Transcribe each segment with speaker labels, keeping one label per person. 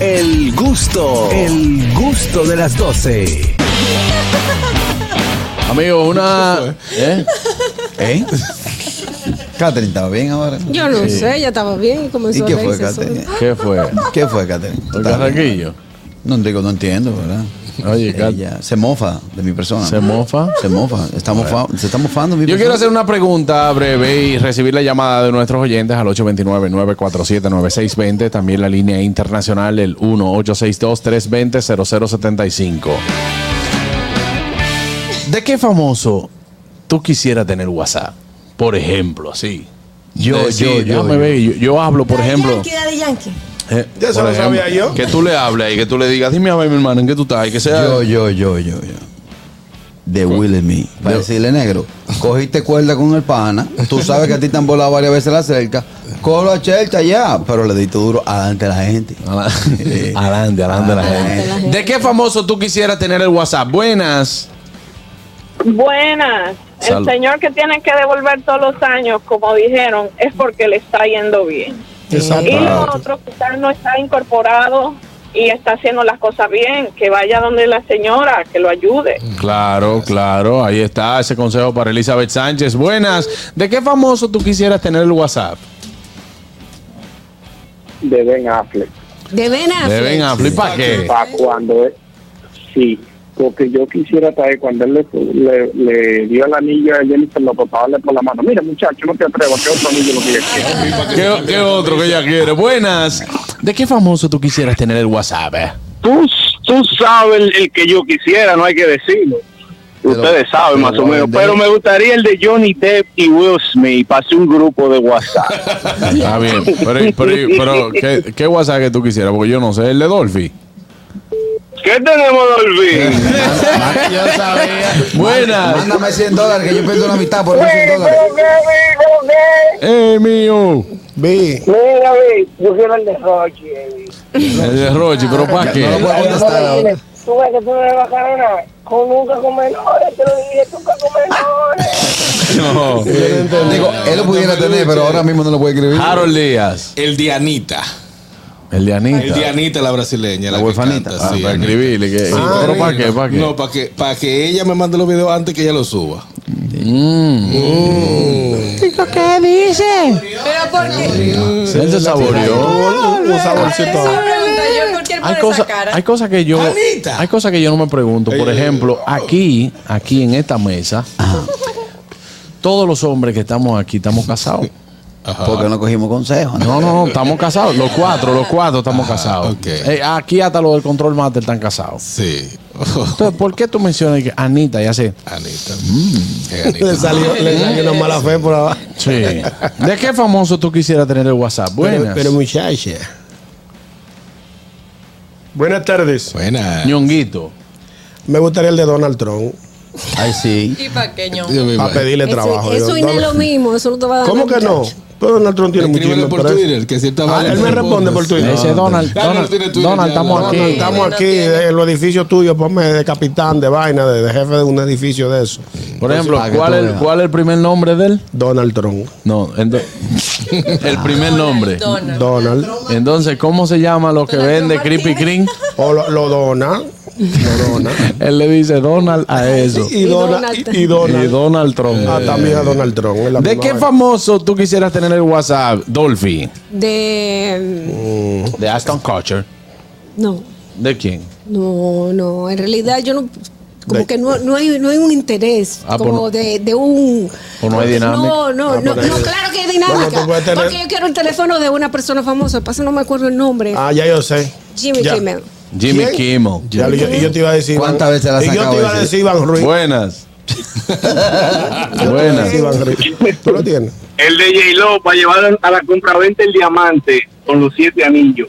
Speaker 1: El gusto, el gusto de las 12.
Speaker 2: Amigo, una. ¿Eh?
Speaker 3: ¿Eh? Catherine, ¿estaba bien ahora?
Speaker 4: Yo no sé, ya estaba bien.
Speaker 3: ¿Y
Speaker 4: Comenzó
Speaker 3: qué
Speaker 4: a
Speaker 3: fue,
Speaker 4: reírse sola.
Speaker 3: Catherine?
Speaker 2: ¿Qué fue?
Speaker 3: ¿Qué fue, Catherine?
Speaker 2: ¿El
Speaker 3: ¿Estás bien?
Speaker 2: carraquillo?
Speaker 3: No digo, no entiendo, ¿verdad?
Speaker 2: Oye, Cat,
Speaker 3: Ella se mofa de mi persona.
Speaker 2: ¿se mofa?
Speaker 3: Se mofa. Está mofa- se está mofando de mi
Speaker 2: Yo quiero
Speaker 3: persona.
Speaker 2: hacer una pregunta breve y recibir la llamada de nuestros oyentes al 829-947-9620. También la línea internacional, el 1-862-320-0075. ¿De qué famoso tú quisieras tener WhatsApp? Por ejemplo, así.
Speaker 3: Yo,
Speaker 2: Decir, Eh,
Speaker 3: yo, yo,
Speaker 2: déjame
Speaker 3: yo.
Speaker 2: ver, yo, yo hablo, por ejemplo.
Speaker 4: Yankee, Daddy Yankee.
Speaker 2: eh,
Speaker 5: Ya se
Speaker 2: por
Speaker 5: lo
Speaker 2: ejemplo,
Speaker 5: sabía yo.
Speaker 2: Que tú le hables y que tú le digas, dime a ver, mi hermano, ¿en qué tú estás? Y que sea.
Speaker 3: Yo, yo, yo, yo, yo. De Will and Me. Para decirle negro, cogiste cuerda con el pana, tú sabes que a ti te han volado varias veces la cerca, colo a Chelcha ya, pero le diste duro adelante a la gente.
Speaker 2: Adelante, adelante, adelante la
Speaker 4: Adelante la
Speaker 2: gente.
Speaker 4: gente.
Speaker 2: ¿De qué famoso tú quisieras tener el WhatsApp? Buenas.
Speaker 6: Buenas.
Speaker 2: Salud.
Speaker 6: El señor que tiene que devolver todos los años, como dijeron, es porque le está yendo bien. Y lo
Speaker 2: Exacto.
Speaker 6: otro, quizás no está incorporado y está haciendo las cosas bien, que vaya donde la señora, que lo ayude.
Speaker 2: Claro, claro, ahí está ese consejo para Elizabeth Sánchez. Buenas, ¿de qué famoso tú quisieras tener el WhatsApp?
Speaker 7: de Ben Affleck.
Speaker 4: De Ben Affleck.
Speaker 2: De Ben Affleck, ¿para qué?
Speaker 7: Pa' cuando él- sí, porque yo quisiera traer cuando él le, le, le dio el anillo a Jennifer, lo papás le por la mano. Mira, muchacho, no te atrevas, que otro anillo lo que yo quiero.
Speaker 2: ¿Qué, qué otro que ella quiere? Buenas, ¿de qué famoso tú quisieras tener el WhatsApp? eh?
Speaker 7: Tú, tú sabes el, el que yo quisiera, no hay que decirlo.
Speaker 3: Pero-
Speaker 7: Ustedes saben
Speaker 3: pero
Speaker 7: más o menos,
Speaker 3: Warren
Speaker 7: pero
Speaker 3: Depp.
Speaker 7: me gustaría el de Johnny Depp y Will Smith, pasé un grupo de WhatsApp.
Speaker 2: Está bien, pero, pero, pero, ¿qué, qué WhatsApp que tú quisieras? Porque yo no sé, el de Dolphy.
Speaker 7: ¿Qué tenemos de olvidar?
Speaker 2: Yo sabía. Buenas,
Speaker 3: Mándame 100 dólares, que yo pierdo la mitad por esos 100 dólares.
Speaker 2: eh, mío.
Speaker 5: Vi.
Speaker 7: Mira, yo quiero el de Roche.
Speaker 2: El de Rochi, pero ¿para
Speaker 3: No lo
Speaker 2: qué?
Speaker 3: puedo contestar ahora.
Speaker 7: Tú ves que tú eres bacana, con nunca con menores, te lo diré, nunca con menores.
Speaker 2: No.
Speaker 3: Digo, él lo pudiera tener, pero ahora mismo no lo puede escribir.
Speaker 2: Harold Díaz,
Speaker 5: El de Anita.
Speaker 2: el de Anita.
Speaker 5: El de Anita, la brasileña. La,
Speaker 3: La
Speaker 5: que
Speaker 3: huerfanita.
Speaker 5: canta,
Speaker 2: Ah,
Speaker 5: sí,
Speaker 2: para
Speaker 5: Anita.
Speaker 2: escribirle. que-
Speaker 5: Ah,
Speaker 2: ¿Pero para qué?
Speaker 5: Anita.
Speaker 2: ¿Para qué?
Speaker 5: No, para que, para que ella me mande los videos antes que ella los suba.
Speaker 4: Chico, ¿Qué dice?
Speaker 8: Pero porque.
Speaker 2: Él se saboreó.
Speaker 5: Un saborcito.
Speaker 8: Esa pregunta yo, ¿por qué él
Speaker 2: Hay
Speaker 8: pone
Speaker 2: cosas,
Speaker 8: esa cara?
Speaker 2: hay cosas que yo,
Speaker 5: Anita.
Speaker 2: hay cosas que yo no me pregunto. Por
Speaker 5: Ey,
Speaker 2: ejemplo, aquí, aquí en esta mesa, todos los hombres que estamos aquí estamos casados.
Speaker 3: Porque no cogimos consejos.
Speaker 2: No, no, no, estamos casados. Los cuatro, los cuatro estamos casados.
Speaker 5: Ah, ok.
Speaker 2: Eh, aquí hasta los del control master están casados.
Speaker 5: Sí. Oh,
Speaker 2: Entonces, ¿por qué tú mencionas que Anita ya sé?
Speaker 5: Anita. Eh, Anita.
Speaker 9: salió, le salió una mala fe por abajo.
Speaker 2: Sí. ¿De qué famoso tú quisieras tener el WhatsApp? Buenas.
Speaker 9: Pero, pero muchacha. Buenas tardes.
Speaker 5: Buena.
Speaker 2: Ñonguito.
Speaker 9: Me gustaría el de Donald Trump
Speaker 3: Ay, sí.
Speaker 8: Y paqueño.
Speaker 5: Dios mío.
Speaker 9: para pedirle trabajo.
Speaker 4: Eso, eso y no es lo
Speaker 9: Donald-
Speaker 4: mismo, eso no te va a dar.
Speaker 9: ¿Cómo que no? Pero Donald Trump tiene
Speaker 5: Escríbele
Speaker 9: muchísimo
Speaker 5: por Twitter, que si él está
Speaker 9: Ah, él me responde por Twitter.
Speaker 2: Ese Donald,
Speaker 5: Ah, no,
Speaker 2: Donald,
Speaker 5: tiene Twitter
Speaker 2: Donald,
Speaker 5: ya,
Speaker 2: estamos
Speaker 5: Donald,
Speaker 2: aquí.
Speaker 9: Estamos
Speaker 8: No
Speaker 9: aquí
Speaker 8: tiene.
Speaker 9: de- en los edificios tuyos, ponme de capitán, de vaina, de, de jefe de un edificio de eso.
Speaker 2: Por ejemplo,
Speaker 3: para que
Speaker 2: ¿cuál
Speaker 3: tú
Speaker 2: es,
Speaker 3: veas.
Speaker 2: ¿cuál es el primer nombre de él?
Speaker 9: Donald Trump.
Speaker 2: No, ento- el primer nombre.
Speaker 8: Donald.
Speaker 9: Donald.
Speaker 2: Entonces, ¿cómo se llama lo que
Speaker 8: Donald
Speaker 2: vende
Speaker 8: Trump
Speaker 2: Creepy Green?
Speaker 9: O lo, lo dona. Lo dona.
Speaker 2: Él le dice Donald a eso.
Speaker 9: Y,
Speaker 4: Y
Speaker 9: dona.
Speaker 4: Donald.
Speaker 9: Y, y dona.
Speaker 2: Y Donald Trump. Eh,
Speaker 9: Hasta mi hija Ah, Donald Trump. es la
Speaker 2: ¿De
Speaker 9: misma
Speaker 2: qué
Speaker 9: vaina.
Speaker 2: famoso tú quisieras tener el WhatsApp, Dolphy?
Speaker 4: De.
Speaker 2: De Aston Kutcher.
Speaker 4: No,
Speaker 2: ¿De quién?
Speaker 4: no, no. En realidad yo no. Como
Speaker 9: De-
Speaker 4: que no, no, hay, no hay un interés,
Speaker 2: Ah,
Speaker 4: como
Speaker 2: pues no.
Speaker 4: de, de un...
Speaker 2: Pues no hay dinámica.
Speaker 4: No, no,
Speaker 9: Ah,
Speaker 4: no,
Speaker 9: pues no
Speaker 4: no,
Speaker 9: hay-
Speaker 4: claro que hay dinámica.
Speaker 9: No, no, tú puedes tener-
Speaker 4: Porque yo quiero el teléfono de una persona famosa, pasa no me acuerdo el nombre.
Speaker 9: Ah, ya yo sé.
Speaker 4: Jimmy
Speaker 9: Ya.
Speaker 4: Kimmel.
Speaker 2: Jimmy
Speaker 9: ¿Quién?
Speaker 2: Kimmel.
Speaker 9: Ya, y yo, y yo te iba a decir. Iván-
Speaker 3: ¿Cuántas veces la has
Speaker 9: Y yo
Speaker 3: sacado
Speaker 9: te iba a
Speaker 3: ese?
Speaker 9: decir Iván Ruiz.
Speaker 2: Buenas.
Speaker 9: Buenas.
Speaker 2: Buenas.
Speaker 9: Iván Ruiz. ¿Tú lo tienes?
Speaker 7: El de J-Lo para llevar a la compraventa el diamante con los siete anillos.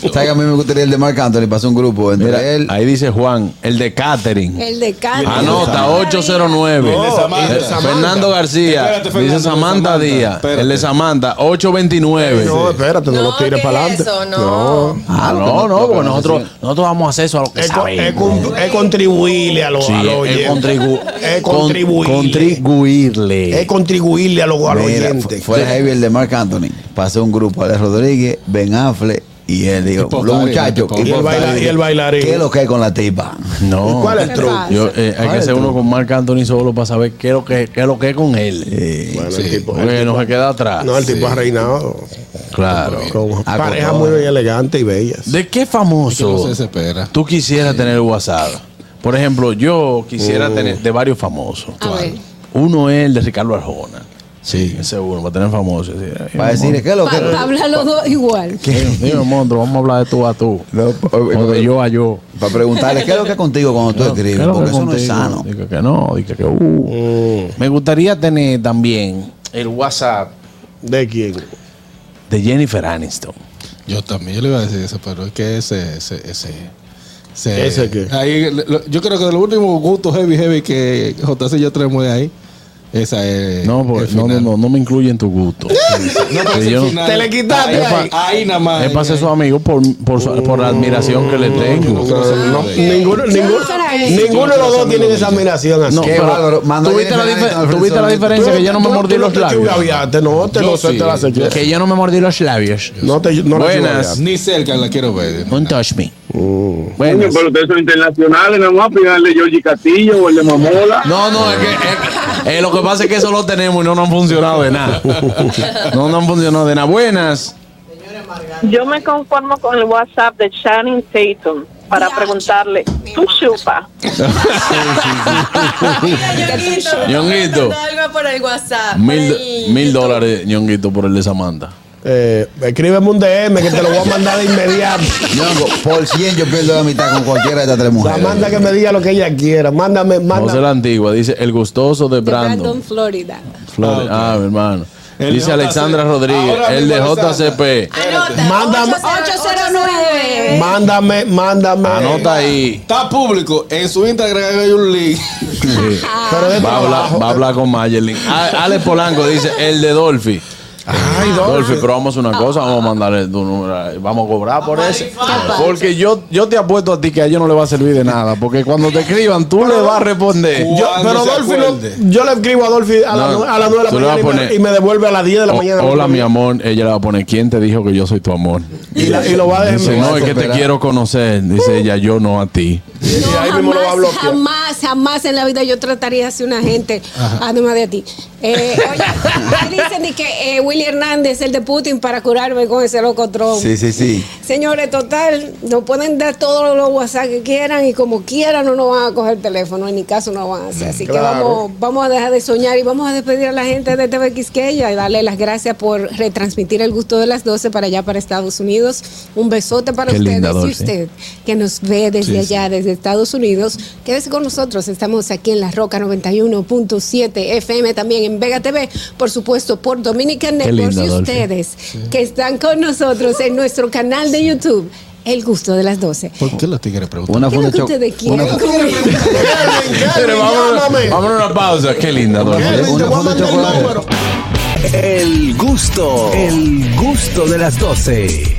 Speaker 3: ¿Sabes que a mí me gustaría el de Marc Anthony? Pasó un grupo entre
Speaker 2: Mira,
Speaker 3: él.
Speaker 2: ahí dice Juan, el de Catherine.
Speaker 4: El de Cali.
Speaker 2: Anota 809.
Speaker 5: El de Samantha.
Speaker 2: Eh, Fernando García.
Speaker 5: Espérate, Fernando,
Speaker 2: dice
Speaker 5: el de
Speaker 2: Samantha
Speaker 5: Samantha.
Speaker 2: Díaz.
Speaker 5: Espérate.
Speaker 2: El de Samantha, 829.
Speaker 9: No, espérate, no,
Speaker 8: No,
Speaker 9: lo tires
Speaker 8: ¿qué
Speaker 9: para
Speaker 8: es
Speaker 9: adelante.
Speaker 8: eso? No.
Speaker 2: Ah, no, no, porque nosotros, nosotros vamos a hacer eso a lo que
Speaker 9: Es, co- es
Speaker 2: sabemos.
Speaker 9: con- es contribuirle a los
Speaker 2: Sí,
Speaker 9: a los
Speaker 2: es
Speaker 9: oyentes.
Speaker 2: contribu-
Speaker 9: Es
Speaker 2: con-
Speaker 9: contribuirle.
Speaker 2: contribuirle.
Speaker 9: Es contribuirle a los a los
Speaker 3: Mira,
Speaker 9: oyentes.
Speaker 3: fue el heavy el de Marc Anthony. Pasó un grupo, Alex Rodríguez, Ben Affle Y él dijo,
Speaker 5: Tipo
Speaker 3: los
Speaker 5: Dari,
Speaker 3: muchachos,
Speaker 5: tipo
Speaker 9: Y el, baila- y el bailarín.
Speaker 3: ¿qué es lo que hay con la tipa?
Speaker 2: No.
Speaker 9: ¿Cuál es el
Speaker 4: ¿Qué
Speaker 9: truco?
Speaker 4: pasa?
Speaker 2: Yo, eh, hay
Speaker 3: ¿Cuál
Speaker 2: que
Speaker 3: es
Speaker 2: ser
Speaker 3: el
Speaker 2: uno
Speaker 3: truco?
Speaker 2: con Marc Anthony solo para saber qué es lo que, qué es, lo que es con él.
Speaker 3: Eh,
Speaker 9: Bueno,
Speaker 5: Sí.
Speaker 9: el tipo,
Speaker 2: Porque nos queda atrás.
Speaker 9: no, el tipo ha reinado
Speaker 2: claro.
Speaker 9: con
Speaker 3: Ah,
Speaker 9: parejas
Speaker 3: con
Speaker 9: muy
Speaker 3: todas.
Speaker 9: elegantes y bellas.
Speaker 2: ¿De qué
Speaker 5: Que no
Speaker 2: famoso
Speaker 5: se desespera.
Speaker 2: tú quisieras tener el WhatsApp? Por ejemplo, yo quisiera tener de varios famosos.
Speaker 4: A ver.
Speaker 2: Uno es el de Ricardo Arjona.
Speaker 5: Sí.
Speaker 2: Ese es uno, para tener famosos. Sí, ay,
Speaker 3: para decir,
Speaker 2: mon-
Speaker 3: ¿qué es lo que?
Speaker 4: Para hablar los dos igual.
Speaker 2: Dime, dime, monstruo, vamos a hablar de tú a tú.
Speaker 3: No, eh, pa-
Speaker 2: o de yo a yo.
Speaker 3: Para preguntarle, ¿qué es lo que es contigo cuando tú
Speaker 2: ¿Qué es
Speaker 3: escribes?
Speaker 2: lo que
Speaker 3: Porque eso no es
Speaker 2: contigo?
Speaker 3: sano.
Speaker 2: Dice que no, dice que
Speaker 9: Mm.
Speaker 2: uh. Me gustaría tener también el WhatsApp
Speaker 9: ¿De quién?
Speaker 2: de Jennifer Aniston.
Speaker 5: Yo también yo le iba a decir eso, pero es que ese, ese, ese.
Speaker 9: ¿Ese qué?
Speaker 5: Ahí, lo- yo creo que de los últimos gustos heavy, heavy que JC y yo traemos de ahí, esa es.
Speaker 2: No, porque-
Speaker 5: el
Speaker 2: no, no,
Speaker 5: final.
Speaker 2: no, no me incluye en tu gusto.
Speaker 5: No, pero
Speaker 2: Que
Speaker 5: es el
Speaker 2: yo-
Speaker 5: final.
Speaker 9: Te le quitaste
Speaker 5: Ahí,
Speaker 9: ahí.
Speaker 5: pa- ahí nada más.
Speaker 2: Es para ser su amigo por, por, su- por la admiración que le tengo.
Speaker 5: creo que-
Speaker 9: No,
Speaker 5: Ok.
Speaker 9: ninguno, ninguno,
Speaker 4: Jennifer Aniston.
Speaker 9: ninguno de los dos tienen esa admiración así.
Speaker 2: No,
Speaker 3: Qué
Speaker 2: pero
Speaker 3: bárbaro. Manda a
Speaker 2: ¿tuviste, la
Speaker 3: Jennifer
Speaker 2: dife-
Speaker 3: Aniston al
Speaker 2: tuviste la
Speaker 3: Friendzone.
Speaker 2: diferencia que yo no me
Speaker 9: Tú-
Speaker 2: mordí
Speaker 9: tú
Speaker 2: los
Speaker 9: No te
Speaker 2: labios.
Speaker 9: chugaviaste, no, te,
Speaker 5: Yo
Speaker 9: no, se
Speaker 5: sí.
Speaker 9: te la sequía.
Speaker 2: Que yo no me mordí los labios.
Speaker 9: No te no la
Speaker 2: Buenas.
Speaker 9: chugaviaste.
Speaker 5: Ni cerca la quiero ver.
Speaker 2: Don't touch me.
Speaker 7: Coño,
Speaker 2: Buenas.
Speaker 7: pero ustedes son internacionales, nada más pídanle Georgie Castillo o el de Mamola.
Speaker 2: No, no, es que es que- eh, lo que pasa es que eso lo tenemos y no nos han funcionado de nada. No nos han funcionado de nada. Buenas.
Speaker 6: Yo me conformo con el WhatsApp de Shannon Tatum para preguntarle, ¿tú chupa?
Speaker 8: Mira, Ñonguito, me
Speaker 2: Ñonguito.
Speaker 8: están mandando algo por el WhatsApp.
Speaker 2: Mil,
Speaker 8: por el
Speaker 2: mil
Speaker 8: YouTube.
Speaker 2: dólares, ñonguito, por el de Samantha.
Speaker 9: Eh, escríbeme un DM que te lo voy a mandar de inmediato.
Speaker 3: Ñongo, por 100 yo pierdo la mitad con cualquiera de estas tres
Speaker 9: O sea,
Speaker 3: mujeres.
Speaker 9: manda que me diga lo que ella quiera. Mándame,
Speaker 2: José
Speaker 9: mándame.
Speaker 2: la Antigua dice: El gustoso de
Speaker 4: De
Speaker 2: Brandon.
Speaker 4: Brandon, Florida.
Speaker 2: Flores. Ah, mi hermano.
Speaker 5: El
Speaker 2: Dice
Speaker 5: de
Speaker 2: Alexandra
Speaker 5: JC.
Speaker 2: Rodríguez,
Speaker 5: Ahora
Speaker 2: el de
Speaker 5: mismo,
Speaker 2: JCP.
Speaker 8: Anota.
Speaker 9: Mándame-
Speaker 8: 809.
Speaker 9: Mándame, mándame.
Speaker 2: Anota ahí.
Speaker 5: Está público. En su Instagram hay un link.
Speaker 2: Sí.
Speaker 9: Pero
Speaker 2: Va
Speaker 9: de
Speaker 2: a
Speaker 9: trabajo.
Speaker 2: hablar, va a hablar con Mayerlin. A- Ale Polanco dice el de Dolphy. Ay, Dolphy, pero vamos a hacer una cosa, vamos a mandarle tu número, vamos a cobrar por eso. Porque yo, yo te apuesto a ti que a ellos no le va a servir de nada, porque cuando te escriban tú le vas a responder.
Speaker 5: Cuando
Speaker 9: Yo, pero
Speaker 5: se
Speaker 9: Dolphy, no-
Speaker 5: acuerde.
Speaker 9: yo le escribo a Dolphy a,
Speaker 2: No,
Speaker 9: la, a las 9 de la
Speaker 2: tú le vas
Speaker 9: mañana
Speaker 2: a
Speaker 9: y me-
Speaker 2: poner-
Speaker 9: y me devuelve a las 10 de la
Speaker 2: O-
Speaker 9: mañana.
Speaker 2: hola, mi amor, ella le va a poner, ¿quién te dijo que yo soy tu amor?
Speaker 9: Y, la- y lo va a dejar.
Speaker 2: Dice,
Speaker 9: en-
Speaker 2: no, es que te quiero conocer. Dice ella, yo no a ti.
Speaker 9: y
Speaker 4: No,
Speaker 9: ahí
Speaker 4: jamás,
Speaker 9: mismo lo va a bloquear.
Speaker 4: jamás, jamás en la vida yo trataría así a una gente, además de a ti. Eh, oye, me dicen de que eh, Willy Hernández, el de Putin, para curarme con ese loco Trump.
Speaker 3: Sí, sí, sí.
Speaker 4: Señores, total, nos pueden dar todos los WhatsApp que quieran y como quieran no nos van a coger el teléfono, en mi caso no van a hacer. Así que
Speaker 9: Claro.
Speaker 4: vamos, vamos a dejar de soñar y vamos a despedir a la gente de TV Quisqueya y darle las gracias por retransmitir el gusto de las 12 para allá, para Estados Unidos. Un besote para
Speaker 2: Qué
Speaker 4: ustedes
Speaker 2: linda,
Speaker 4: y
Speaker 2: Dulce.
Speaker 4: usted que nos ve desde allá, desde Estados Unidos. Quédese con nosotros, estamos aquí en La Roca 91.7 FM, también en Vega TV, por supuesto, por Dominican
Speaker 2: Qué
Speaker 4: Networks
Speaker 2: linda,
Speaker 4: y
Speaker 2: Dulce.
Speaker 4: ustedes ustedes que están con nosotros en nuestro canal de YouTube, El Gusto de las 12.
Speaker 5: ¿Por qué los tigres preguntan?
Speaker 3: Una
Speaker 4: ¿Qué es
Speaker 3: funda
Speaker 4: lo que
Speaker 3: cho-
Speaker 4: ustedes quieren?
Speaker 3: una fu-
Speaker 2: Pero vámonos, vámonos a una pausa. Qué linda, Dolphy.
Speaker 3: una funda de chocolate.
Speaker 1: El gusto, el gusto de las 12.